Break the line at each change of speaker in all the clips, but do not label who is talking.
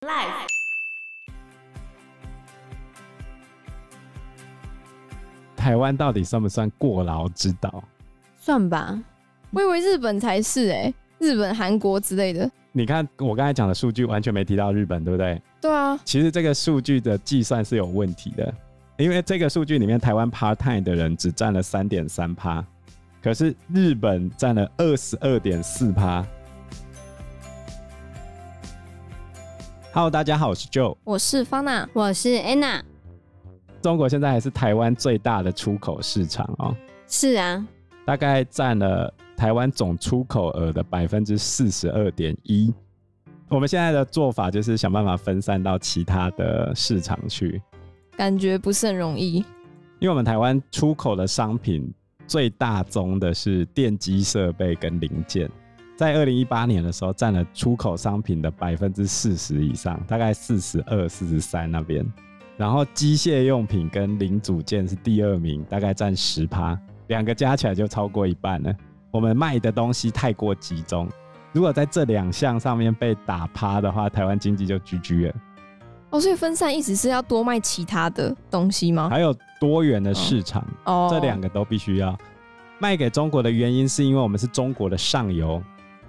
Life。
台湾到底算不算过劳之岛？
算吧，我以为日本才是哎、日本、韩国之类的。
你看我刚才讲的数据完全没提到日本，对不对？
对啊，
其实这个数据的计算是有问题的，因为这个数据里面台湾 part time 的人只占了三点三趴，可是日本占了二十二点四趴。Hello，大家好，我是 Joe。
我是方娜，
我是 Anna，
中国现在还是台湾最大的出口市场哦，
是啊，
大概占了台湾总出口额的百分之四十二点一。我们现在的做法就是想办法分散到其他的市场去，
感觉不是很容易。
因为我们台湾出口的商品最大宗的是电机设备跟零件，在二零一八年的时候占了出口商品的百分之四十以上，大概四十二、四十三那边。然后机械用品跟零组件是第二名，大概占十趴，两个加起来就超过一半了。我们卖的东西太过集中，如果在这两项上面被打趴的话，台湾经济就 GG 了。
哦，所以分散意思是要多卖其他的东西吗？
还有多元的市场，
哦，
这两个都必须要卖给中国的原因，是因为我们是中国的上游，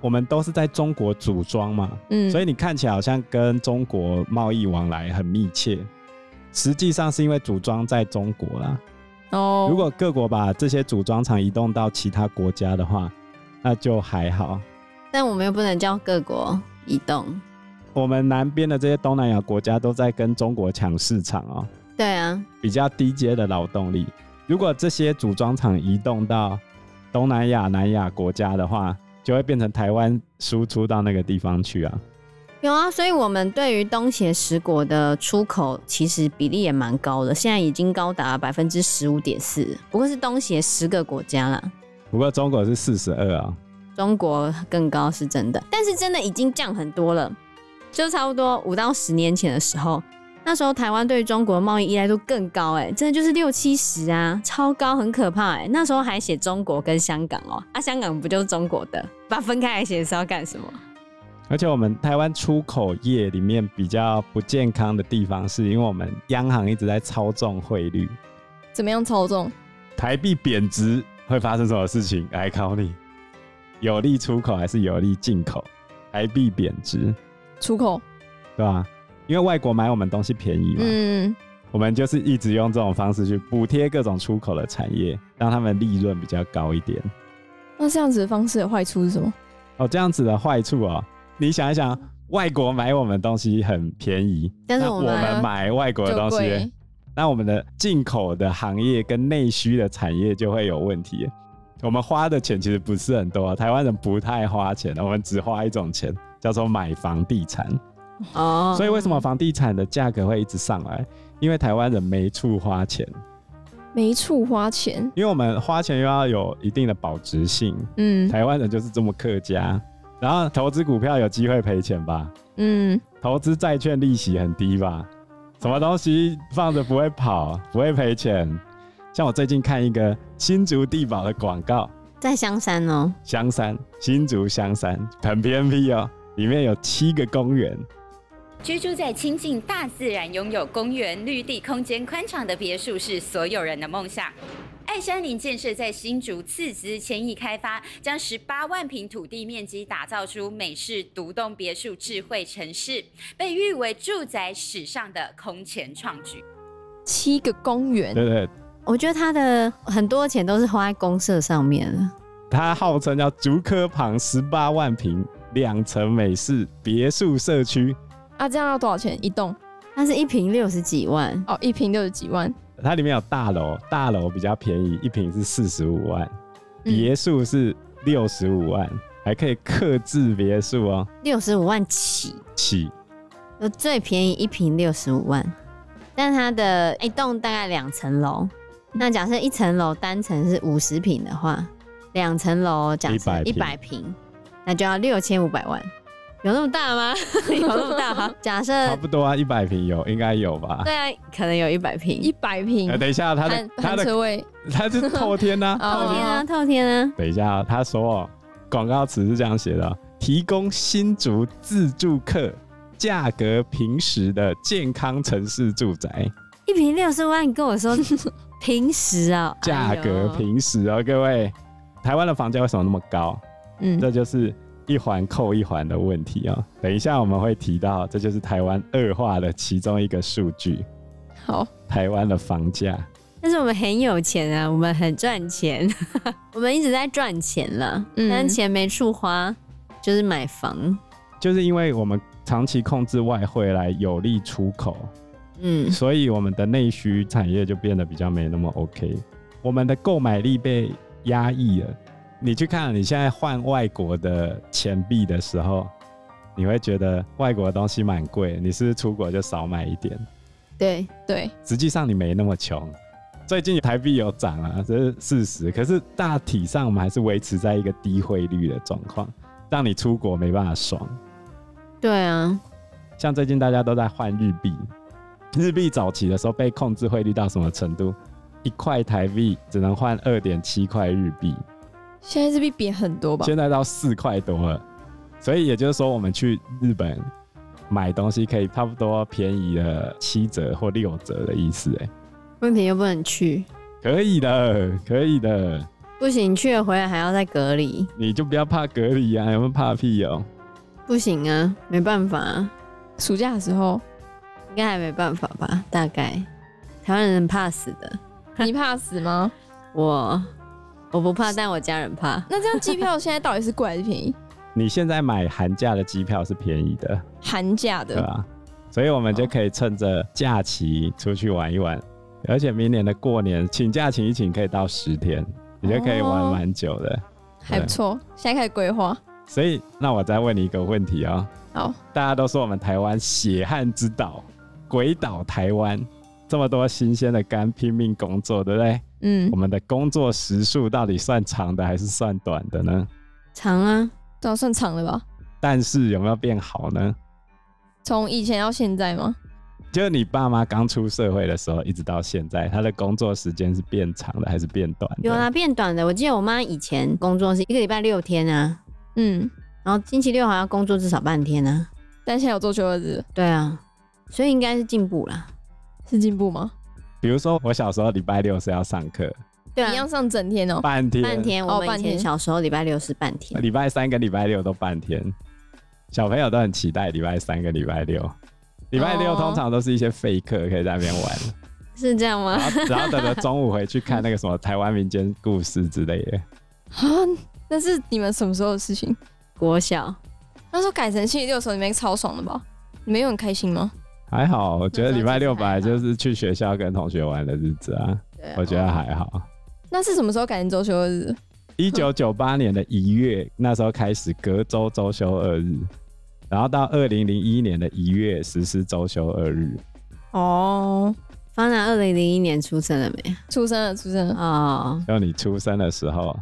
我们都是在中国组装嘛，
嗯
所以你看起来好像跟中国贸易往来很密切，实际上是因为组装在中国啦。
哦，
如果各国把这些组装厂移动到其他国家的话，那就还好。
但我们又不能叫各国移动，
我们南边的这些东南亚国家都在跟中国抢市场哦，
对啊，
比较低阶的劳动力。如果这些组装厂移动到东南亚、南亚国家的话，就会变成台湾输出到那个地方去啊。
有啊，所以我们对于东协十国的出口其实比例也蛮高的，现在已经高达百分之十五点四，不过是东协十个国家啦。
不过中国是四十二啊，
中国更高是真的，但是真的已经降很多了，就差不多五到十年前的时候，那时候台湾对中国的贸易依赖度更高、哎，真的就是六七十啊，超高，很可怕、哎，那时候还写中国跟香港哦、啊，香港不就是中国的？把它分开来写是要干什么？
而且我们台湾出口业里面比较不健康的地方，是因为我们央行一直在操纵汇率，
怎么样操纵？
台币贬值会发生什么事情？来考你，有利出口还是有利进口？台币贬值，
出口？
对吧？因为外国买我们东西便宜嘛，
嗯，
我们就是一直用这种方式去补贴各种出口的产业，让他们利润比较高一点。
那这样子的方式的坏处是什么？
哦，这样子的坏处哦，你想一想，外国买我们东西很便宜，
但是
那
嗯我
我
们
们买外国的
就
东
贵
西，那我们的进口的行业跟内需的产业就会有问题。我们花的钱其实不是很多、啊，台湾人不太花钱，我们只花一种钱，叫做买房地产。
哦
所以为什么房地产的价格会一直上来？因为台湾人没处花钱。
没处花钱。
因为我们花钱又要有一定的保值性，
嗯
台湾人就是这么客家。然后投资股票有机会赔钱吧？
嗯，
投资债券利息很低吧？什么东西放着不会跑，不会赔钱？像我最近看一个新竹地堡的广告，
在香山哦、
香山，新竹香山很偏僻哦，里面有七个公园，
居住在亲近大自然、拥有公园、绿地、空间宽敞的别墅是所有人的梦想。爱山林建设在新竹斥资千亿开发，将十八万平土地面积打造出美式独栋别墅智慧城市，被誉为住宅史上的空前创举。
七个公园。
对不对？
我觉得他的很多钱都是花在公社上面了。
它号称叫竹科旁十八万平两层美式别墅社区，
啊，这样要多少钱一栋？
但是一平六十几万，
哦，一平六十几万。
它里面有大楼，大楼比较便宜，一平是四十五万，
嗯
别墅是六十五万，还可以克制别墅哦，
六十五万起，
起
呃，最便宜一瓶六十五万，但它的一栋大概两层楼，那假设一层楼单层是五十平的话，两层楼假设
100
一
平
百平，那就要六千五百万，有那么大吗？ 有那么大吗？假
差
呃
设
不多啊，一百平有，应该有吧？
对啊，可能有一百平，
一百平
呃，，等一下，他的
含
他
含
的
车位，
他是透天呐、
哦
透
透天
天啊，透天啊，
等一下啊，他说哦，广告词是这样写的哦：提供新竹自助客价格平实的健康城市住宅，
一瓶六十万，你跟我 说平时啊，
价格平实哦，各位，台湾的房价为什么那么高？
嗯，
这就是一环扣一环的问题哦。等一下我们会提到，这就是台湾恶化的其中一个数据，
好，
台湾的房价。
但是我们很有钱啊，我们很赚钱， 我们一直在赚钱了，
嗯
但是钱没处花，就是买房。
就是因为我们长期控制外汇来有利出口，
嗯，
所以我们的内需产业就变得比较没那么 OK，我们的购买力被压抑了。你去看你现在换外国的钱币的时候，你会觉得外国的东西蛮贵，你是不是出国就少买一点？
对，
对，
实际上你没那么穷。最近台币有涨啊，这是事实。可是大体上我们还是维持在一个低汇率的状况，让你出国没办法爽。
对啊，
像最近大家都在换日币，日币早期的时候被控制汇率到什么程度？一块台币只能换二点七块日币，
现在日币贬很多吧？
现在到四块多了。所以也就是说，我们去日本买东西可以差不多便宜了七折或六折的意思，哎，
问题又不能去，
可以的，可以的，
不行，去了回来还要再隔离，
你就不要怕隔离啊，有没有怕屁哦、
不行啊，没办法、啊，
暑假的时候，
应该还没办法吧？大概台湾人很怕死的，
你怕死吗？
我我不怕，但我家人怕。
那这样机票现在到底是贵还是便宜？
你现在买寒假的机票是便宜的，
寒假
对啊
的，
吧？所以我们就可以趁着假期出去玩一玩，而且明年的过年请假请一请可以到十天，你就可以玩蛮久的。
哦还不错，现在开始规划。
所以，那我再问你一个问题啊、
好，
大家都说我们台湾血汗之岛，鬼岛台湾，这么多新鲜的肝拼命工作，对不对？
嗯
我，们的工作时数到底算长的还是算短的呢？
长啊，
这样算长了吧？
但是有没有变好呢？
从以前到现在吗？
就是你爸妈刚出社会的时候，一直到现在，他的工作时间是变长的还是变短的？
有
啊
啦，变短的。我记得我妈以前工作是一个礼拜六天啊，
嗯，
然后星期六还要工作至少半天啊。
但现在有做九二日，
对啊，所以应该是进步啦。
是进步吗？
比如说，我小时候礼拜六是要上课
对
一样
啊，
上整天哦、
半天，
半天。
哦
我们
半
以
天
前小时候礼拜六是半天。
礼拜三跟礼拜六都半天。小朋友都很期待礼拜三跟礼拜六，礼拜六
哦
通常都是一些废课可以在那边玩，
是这样吗？
然后然后等着中午回去看那个什么台湾民间故事之类的。
啊，那是你们什么时候的事情？
国小
那时候改成星期六的时候，你们超爽的吧？你们有很开心吗？
还好，我觉得礼拜六
那时
本
候其实还
来
好
就是去学校跟同学玩的日子啊，
哦
对
我觉得还好。
那是什么时候改成周休二日？
一九九八年的一月，那时候开始隔周周休二日，然后到二零零一年的一月实施周休二日。
哦，
方南二零零一年出生了没？
出生了，出生了，
哦，
就你出生的时候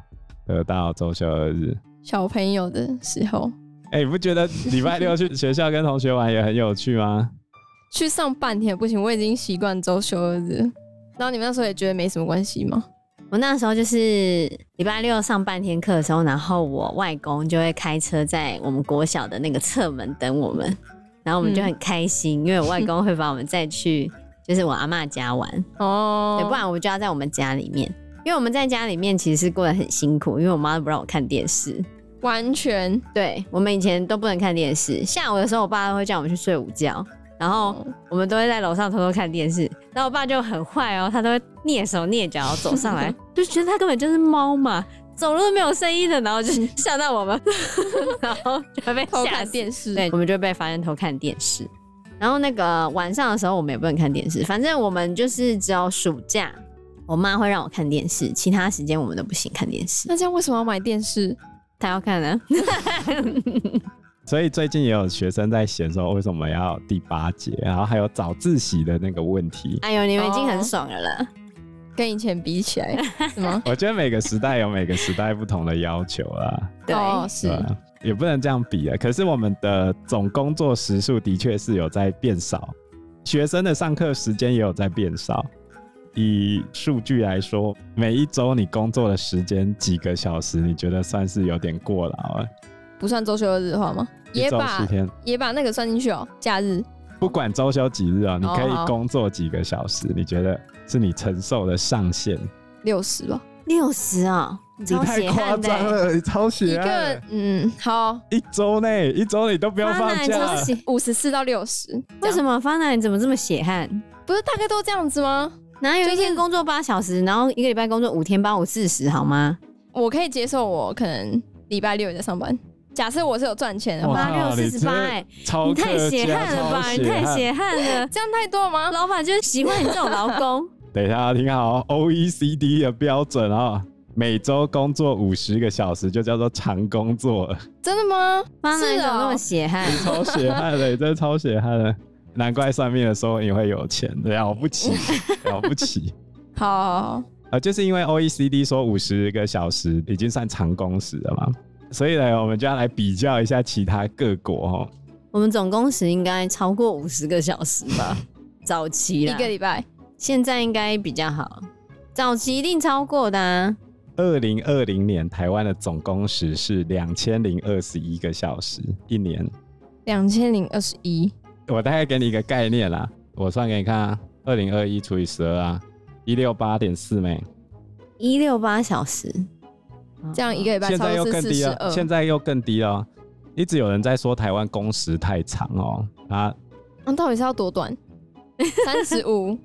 得到周休二日。
小朋友的时候
哎、你不觉得礼拜六去学校跟同学玩也很有趣吗？
去上半天不行，我已经习惯周休二日。然后你们那时候也觉得没什么关系吗？
我那时候就是礼拜六上半天课的时候，然后我外公就会开车在我们国小的那个侧门等我们，然后我们就很开心，因为我外公会把我们载去就是我阿嬷家玩。
哦，
对，不然我就要在我们家里面，因为我们在家里面其实是过得很辛苦，因为我妈都不让我看电视。
完全
对我们以前都不能看电视，下午的时候我爸会叫我们去睡午觉，然
哦
后我们都会在楼上偷偷看电视。然后我爸就很坏哦，他都会蹑手蹑脚走上 来，就觉得他根本就是猫嘛，走路都没有声音的，然后就吓到我 们，然后就会被
偷
吓
看
死
电视，
对，我们就被发现偷看电视。然后那个晚上的时候，我们也不能看电视，反正我们就是只有暑假，我妈会让我看电视，其他时间我们都不行看电 视。
那这样为什么要买电视？
她要看
啊
呢、
所以最近也有学生在嫌说为什么要第八节，然后还有早自习的那个问题。
哎呦，你们已经
哦
很爽了啦。
跟以前比 起来是吗？
我觉得每个时代有每个时代不同的要求啊啦，
对，
哦、是
对啊也不能这样比啊。可是我们的总工作时数的确是有在变少，学生的上课时间也有在变少。以数据来说，每一周你工作的时间几个小时，你觉得算是有点过劳了？啊
不算周休二日的话吗？
一
也
周
把
七天，
也把那个算进去哦，假日。
不管周休几日啊，你可
哦好
以工作几个小时，你觉得是你承受的上限？
六十吧，
六十啊，
你
超
太
血
夸
汗的
张
欸、
了，你超
一
血汗
个
了！
嗯，好，
一周内，一周你都不要
发
放
懒
假
真，是
五十四到六十，
为什
么？
么方奶你怎么这么血汗？
不是大概都这样子吗？
哪有一
就是
天工作八小时，然后一个礼拜工作五天，帮我四十好吗？
我可以接受，我可能礼拜六也在上班。假设我是有赚钱的
哇
话，
八六四
你
十
真
八，
的
哎，
超
你太
客
血
家
汗了
超
吧？你
血
太
汗
血汗了，
这样太多吗？
老板就是喜欢你这种劳工。
等一下啊，听好，OECD 的标准啊、每周工作五十个小时就叫做长工作了，
真的吗？
方奶
是
怎么那
哦
么血汗？
超血汗的，你真的超血汗的。难怪算命的说你会有钱，了不起，了不起
好好好，
啊！就是因为 OECD 说五十个小时已经算长工时了嘛，所以呢，我们就要来比较一下其他各国哦。
我们总工时应该超过五十个小时吧？早期
一
啦
个，礼拜
现在应该比较好。早期一定超过的、啊，
二零二零年台湾的总工时是两千零二十一个小时一年，
两千零二十一，
我大概给你一个概念啦，我算给你看啊，二零二一除以十二啊，一六八点四没，
一六八小时，嗯
这样一个礼拜
现
超
在又
过
更
是四
低
十
了，
二。
现在又更低了哦，一直有人在说台湾工时太长哦，啊，
那、到底是要多 短？三十五。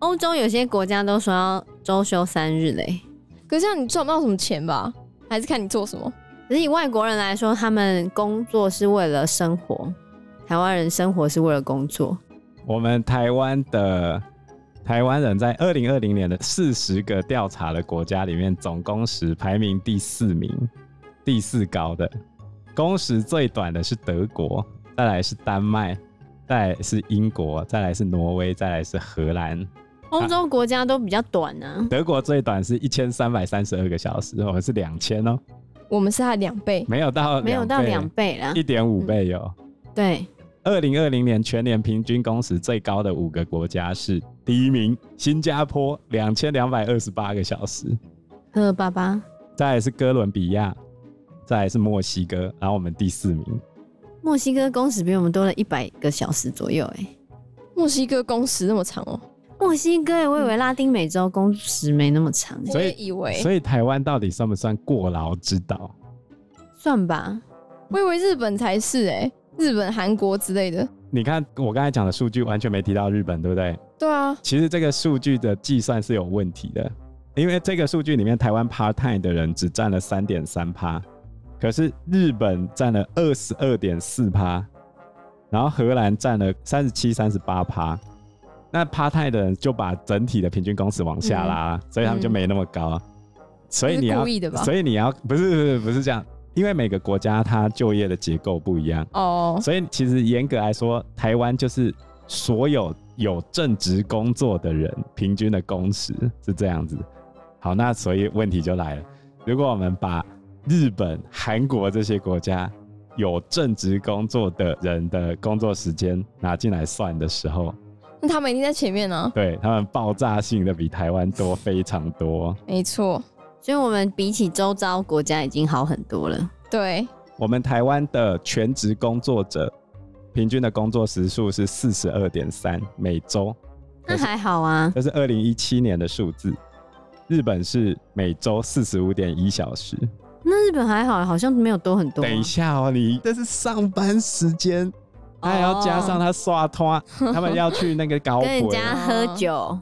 欧洲有些国家都说要周休三日嘞、
可是这样你赚不到什么钱吧？还是看你做什么？
可是以外国人来说，他们工作是为了生活，台湾人生活是为了工作。
我们台湾的台湾人在二零二零年的四十个调查的国家里面，总工时排名第四名，第四高的，工时最短的是德国，再来是丹麦，再来是英国，再来是挪威，再来是荷兰。
欧洲国家都比较短啊，
德国最短是一千三百三十二个小时，我们是两千哦，
我们是他的两倍，
没有到
没有到两倍啦。
一点五倍哦有。
对，
二零二零年全年平均工时最高的五个国家是：第一名新加坡两千两百二十八个小时，
二八八。
再来是哥伦比亚，再来是墨西哥，然后我们第四名。
墨西哥工时比我们多了一百个小时左右、欸，
墨西哥工时那么长哦、
墨西哥、欸，我以为拉丁美洲工时没那么长、欸
所以
我也以为，
所以台湾到底算不算过劳之岛？
算吧。
我以为日本才是哎、日本、韩国之类的。
你看我刚才讲的数据完全没提到日本，对不对？
对啊，
其实这个数据的计算是有问题的，因为这个数据里面台湾 part time 的人只占了三点三趴，可是日本占了二十二点四趴，然后荷兰占了三十七、三十八趴。那 part time 的人就把整体的平均工时往下拉，所以他们就没那么高。所以你
嗯这是
要
故意的吧
所以你要不是不是不是这样，因为每个国家它就业的结构不一样。
哦，
所以其实严格来说，台湾就是所有有正职工作的人平均的工时是这样子。好，那所以问题就来了，如果我们把日本、韩国这些国家有正职工作的人的工作时间拿进来算的时候，
那他们一定在前面啊呢、
对他们爆炸性的比台湾多非常多。
没错，
所以我们比起周遭国家已经好很多了。
对，
我们台湾的全职工作者平均的工作时数是四十二点三每周，
那还好啊，
这是二零一七年的数字。日本是每周四十五点一小时。
那日本还好，好像没有多很多啊、哦
等一下哦，你这是上班时间，他还要加上他刷 拖，他们要去那个搞
跟人
鬼，啊
家喝酒，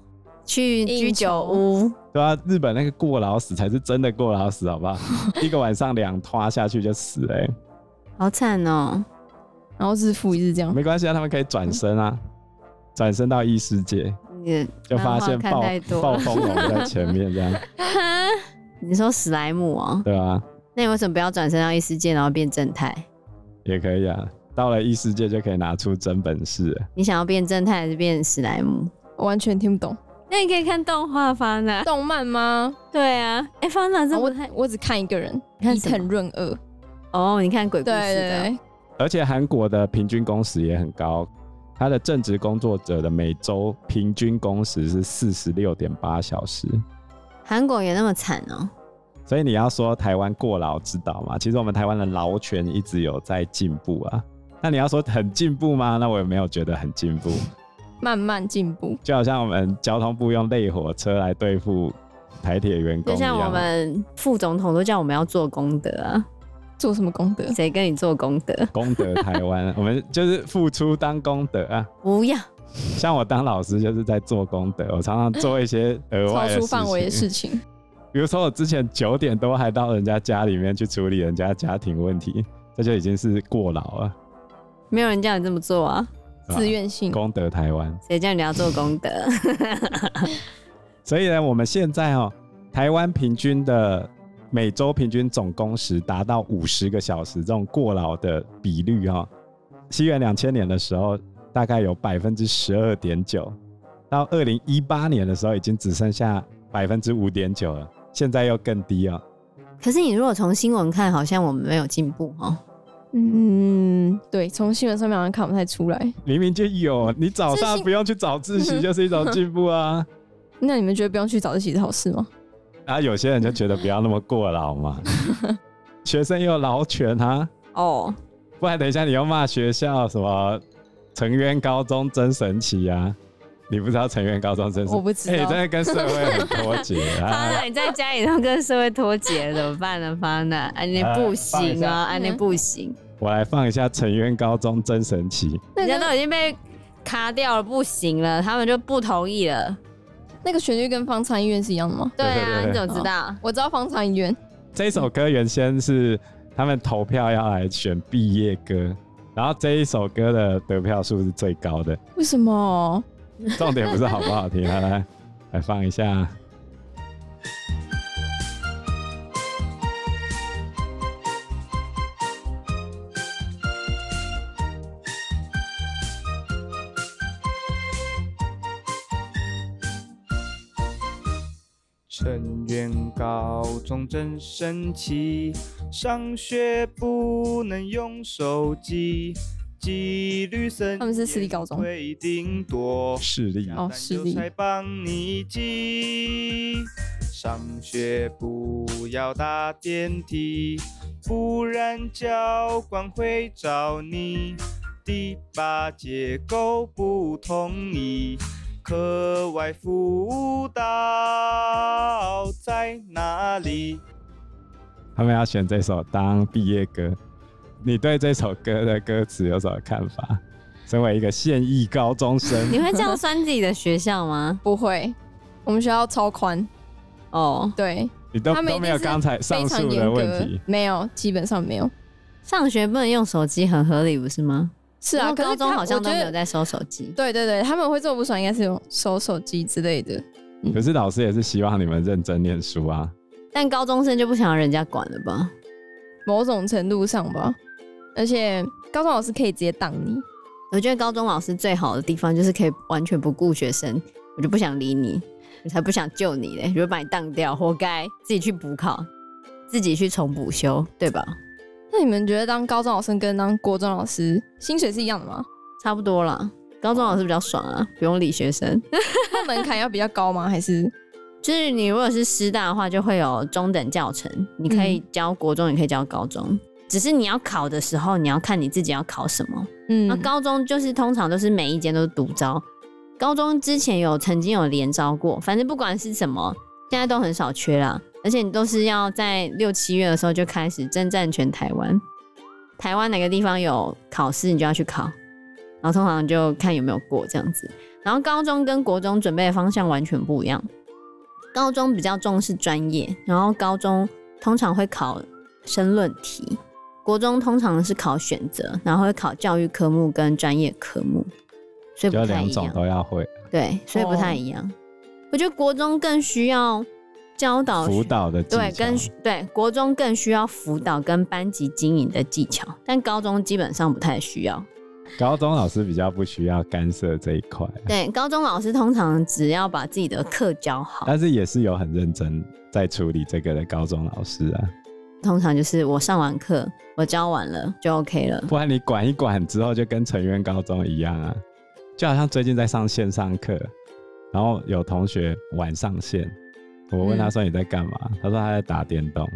去居酒屋，
对啊，日本那个过劳死才是真的过劳死，好 不好？一个晚上两拖下去就死了欸、
好惨哦、
然后日复一日这样。
没关系啊，他们可以转身啊，转身到异世界，
你
就发现
漫画看
暴
太多了
暴风龙在前面这样，
你说史莱姆哦、
对啊，
那你为什么不要转身到异世界，然后变正太？
也可以啊，到了异世界就可以拿出真本事了。
你想要变正太还是变史莱姆？
我完全听不懂
那你可以看动画方娜，
动漫吗？
对啊，哎、方娜这
哦
不
我
太
我只看一个人，
看
伊
什么
藤润二。
哦，你看鬼故
对
事
对
的
对，
而且韩国的平均工时也很高，他的正职工作者的每周平均工时是四十六点八小时。
韩国也那么惨哦、
所以你要说台湾过劳之岛嘛，其实我们台湾的劳权一直有在进步啊。那你要说很进步吗？那我也没有觉得很进步，
慢慢进步。
就好像我们交通部用类火车来对付台铁员工
就
一
像
样嘛。
我们副总统都叫我们要做功德 啊，
做什么功德？
谁跟你做功德？
功德台湾， 我们就是付出当功德啊。
不要，
像我当老师就是在做功德，我常常做一些额
超
外的
出
事
范围的
情。
事情，
比如说我之前九点多还到人家家里面去处理人家家庭问题， 这就已经是过劳了。
没有人叫你这么做啊，
是吧
自愿性。
功德台湾，
谁叫你要做功德？
所以呢，我们现在哦，台湾平均的每周平均总工时达到五十个小时，这种过劳的比率哦，西元两千年的时候大概有百分之十二点九，到二零一八年的时候已经只剩下百分之五点九了，现在又更低哦。
可是你如果从新闻看，好像我们没有进步哦。
嗯，对，从新闻上面好像看不太出来。
明明就有，你早
这
上
是嗯
不用去早自习就是一种进步 啊。
那你们觉得不用去早自习是好事吗？
然后有些人就觉得不要那么过劳 嘛，学生也有劳权啊。
哦，
不然等一下你要骂学校什么成渊高中真神奇啊？你不知道成渊高中真神
我
奇？
不知
哎、
道
真的跟社会很脱节
发
啊！
奶在家里都跟社会脱节，怎么办呢？发奶，安妮
啊
不
放一
行
下
啊，安妮不行，
我来放一下成渊高中真神奇，
那
人家
个
都已经被卡掉了，不行了，他们就不同意了。
那个旋律跟方舱医院是一样的吗？
对
对对
啊，
对嗯
你怎么知道？
我知道方舱医院，
这首歌原先是他们投票要来选毕业歌，然后这一首歌的得票数是最高的。
为什么？
重点不是好不好听，来来来放一下。
成员高中真神奇，上学不能用手机，纪律森
他们是私立高中
严规定多，
势力
啊
哦是的
才帮你记。上学不要搭电梯，不然教官会找你。第八结构不同意，课外辅导在哪里？
他们要选这首当毕业歌。你对这首歌的歌词有什么看法？身为一个现役高中生，
你会这样酸自己的学校吗？
不会，我们学校超宽，
哦，
对，
你都
他们
都
一定
没有刚才上
非常
述
严
的
格
问题，，
没有，基本上没有。
上学不能用手机，很合理不是吗？
是啊，
不过高
可是
中
他
好像都没有。
我觉得
在收手机。
对对对，他们会这么不爽，应该是用收手机之类的。
可是老师也是希望你们认真念书啊。
但高中生就不想要人家管了吧？
某种程度上吧。而且高中老师可以直接挡你，
我觉得高中老师最好的地方就是可以完全不顾学生，我就不想理你，我才不想救你嘞，我就把你当掉，活该，自己去补考，自己去重补修，对吧？
那你们觉得当高中老师跟当国中老师薪水是一样的吗？
差不多啦，高中老师比较爽啊，不用理学生。
那门槛要比较高吗？还是
就是你如果是师大的话，就会有中等教程，你可以教国中，也可以教高中。只是你要考的时候，你要看你自己要考什么。
嗯
那、啊高中就是通常都是每一间都是独招，高中之前有曾经有连招过，反正不管是什么，现在都很少缺啦。而且你都是要在六七月的时候就开始征战全台湾，台湾哪个地方有考试你就要去考，然后通常就看有没有过这样子。然后高中跟国中准备的方向完全不一样，高中比较重视专业，然后高中通常会考申论题，国中通常是考选择，然后会考教育科目跟专业科目，所以
就
不太
两
一
种
样。
都要会，
对，所以不太一样。我觉得国中更需要教导
辅导的技
对，跟
巧
对国中更需要辅导跟班级经营的技巧，但高中基本上不太需要。
高中老师比较不需要干涉这一块，
对，高中老师通常只要把自己的课教好，
但是也是有很认真在处理这个的高中老师啊。
通常就是我上完课，我教完了就 OK 了。
不然你管一管之后，就跟成员高中一样啊，就好像最近在上线上课，然后有同学晚上线，我问他说你在干嘛，他说他在打电动。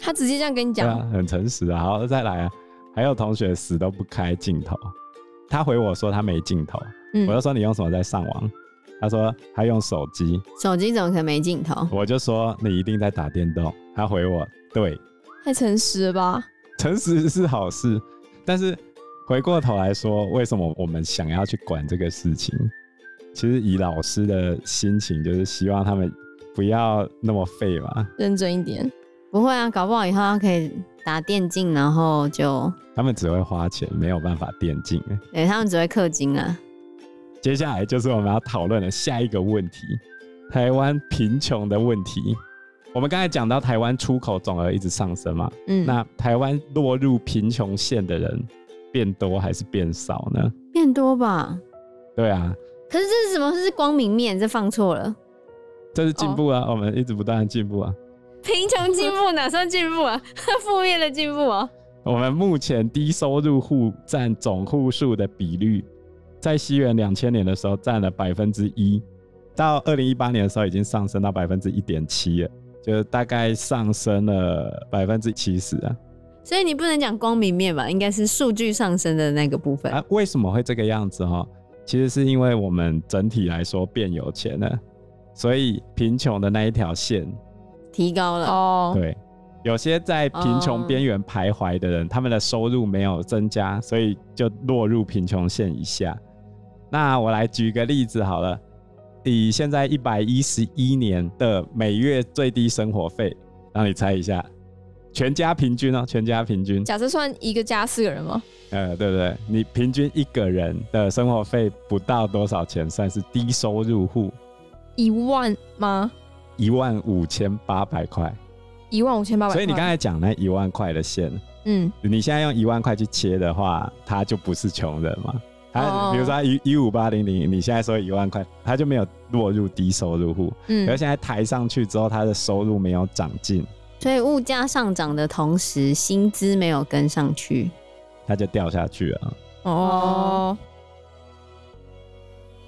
他直接这样跟你
对
讲，
啊，很诚实啊。好，再来啊，还有同学死都不开镜头，他回我说他没镜头，
嗯
我就说你用什么在上网？他说他用手机，
手机怎么可能没镜头？
我就说你一定在打电动。他回我对，
太诚实了吧？
诚实是好事，但是回过头来说，为什么我们想要去管这个事情？其实以老师的心情，就是希望他们不要那么废嘛，
认真一点，
不会啊，搞不好以后他可以打电竞，然后就
他们只会花钱，没有办法电竞。
对他们只会氪金啊。
接下来就是我们要讨论的下一个问题——台湾贫穷的问题。我们刚才讲到台湾出口总额一直上升嘛，
嗯，
那台湾落入贫穷线的人变多还是变少呢？
变多吧？
对啊，
可是这是什么？这是光明面，这放错了。
这是进步啊，我们一直不断的进步啊。
贫穷进步哪算进步啊？ 负面的进步哦。
我们目前低收入户占总户数的比率，在西元两千年的时候占了百分之一，到二零一八年的时候已经上升到百分之一点七了，就是大概上升了百分之七十啊。
所以你不能讲光明面吧？应该是数据上升的那个部分。
啊，为什么会这个样子哈？其实是因为我们整体来说变有钱了，所以贫穷的那一条线，
提高了。
哦，
对，有些在贫
哦
穷边缘徘徊的人，他们的收入没有增加，所以就落入贫穷线以下。那我来举个例子好了，以现在一百一十一年的每月最低生活费，让你猜一下，全家平均哦，全家平均，
假设算一个家四个人吗？
呃，对不对？你平均一个人的生活费不到多少钱，算是低收入户，
一万吗？
一万五千八百块。
一万五千八百。
所以你刚才讲那一万块的线，
嗯，
你现在用一万块去切的话，他就不是穷人嘛。他
哦
比如说一一五八零零，你现在说一万块，他就没有落入低收入户。
嗯
而、现在抬上去之后，他的收入没有长进，
所以物价上涨的同时，薪资没有跟上去。
他就掉下去了。
哦，